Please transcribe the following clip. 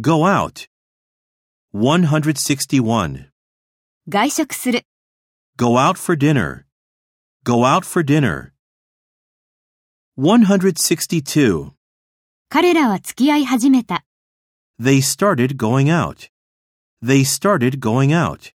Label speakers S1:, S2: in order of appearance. S1: Go out. 161.
S2: 外食する、
S1: Go out for dinner. Go out for dinner. 162.
S2: 彼らは付き合い始めた。
S1: They started going out. They started going out.